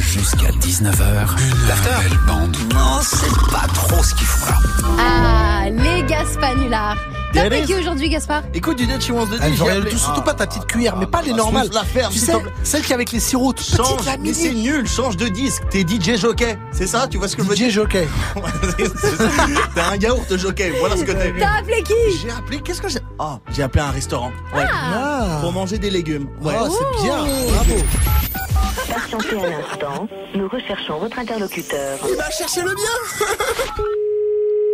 jusqu'à 19h. La belle bande. Non, c'est pas trop ce qu'ils font là. Ah, les Gaspanulars. T'as fait Thérèse qui aujourd'hui, Gaspard Écoute, du Dutch Wants de Elle j'ai veut rien appelé- du tout, surtout pas ta petite cuillère, mais pas les normales. Ah, bah, La ferme, Tu s'il sais, te plaît. celle qui est avec les sirops, toute petite, Change, la mais c'est mini. nul, change de disque, t'es DJ jockey, c'est ça, tu vois ce que je veux DJ dire Jockey. C'est- c'est- T'es un yaourt jockey, voilà ce que t'es. T'as appelé qui J'ai appelé, qu'est-ce que j'ai Oh, j'ai appelé un restaurant. Ouais. Ah, Pour manger des légumes. Ouais. Ah, c'est bien. Bravo. Patientez un instant, nous recherchons votre interlocuteur. Il va chercher le bien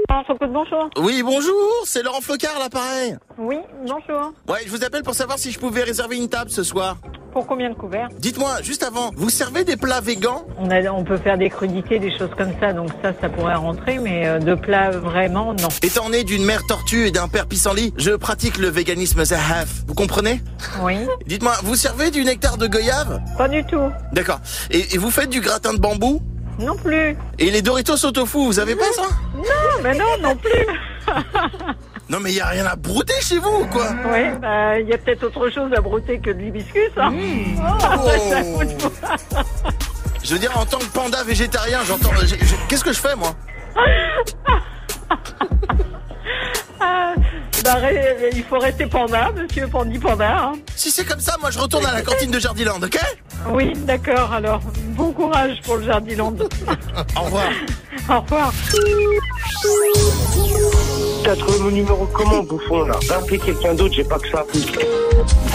François Côte, bonjour. Oui, bonjour, c'est Laurent Flocard, l'appareil. Oui, bonjour. Ouais, je vous appelle pour savoir si je pouvais réserver une table ce soir. Pour combien de couverts Dites-moi, juste avant, vous servez des plats végans on, a- on peut faire des crudités, des choses comme ça, donc ça, ça pourrait rentrer, mais euh, de plats vraiment, non. Étant né d'une mère tortue et d'un père pissenlit, je pratique le véganisme Zahaf. Vous comprenez Oui, Dites-moi, vous servez du nectar de goyave pas du tout. D'accord. Et, et vous faites du gratin de bambou Non plus. Et les Doritos au tofu, vous avez pas ça Ah, ben non, non plus. Non mais y a rien à brouter chez vous ou quoi Oui, Bah, il y a peut-être autre chose à brouter que de l'hibiscus. Hein. Oh. Je veux dire, en tant que panda végétarien, j'entends... je- je- Qu'est-ce que je fais, moi Ah, bah, ré- il faut rester panda, monsieur Pandi Panda. hein. Si c'est comme ça, moi, je retourne à la cantine de Jardiland, ok Oui, d'accord, alors bon courage pour le Jardiland. Au revoir. Au revoir. T'as trouvé mon numéro comment, bouffon, là Va appeler quelqu'un d'autre, j'ai pas que ça.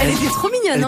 Elle était trop mignonne. hein.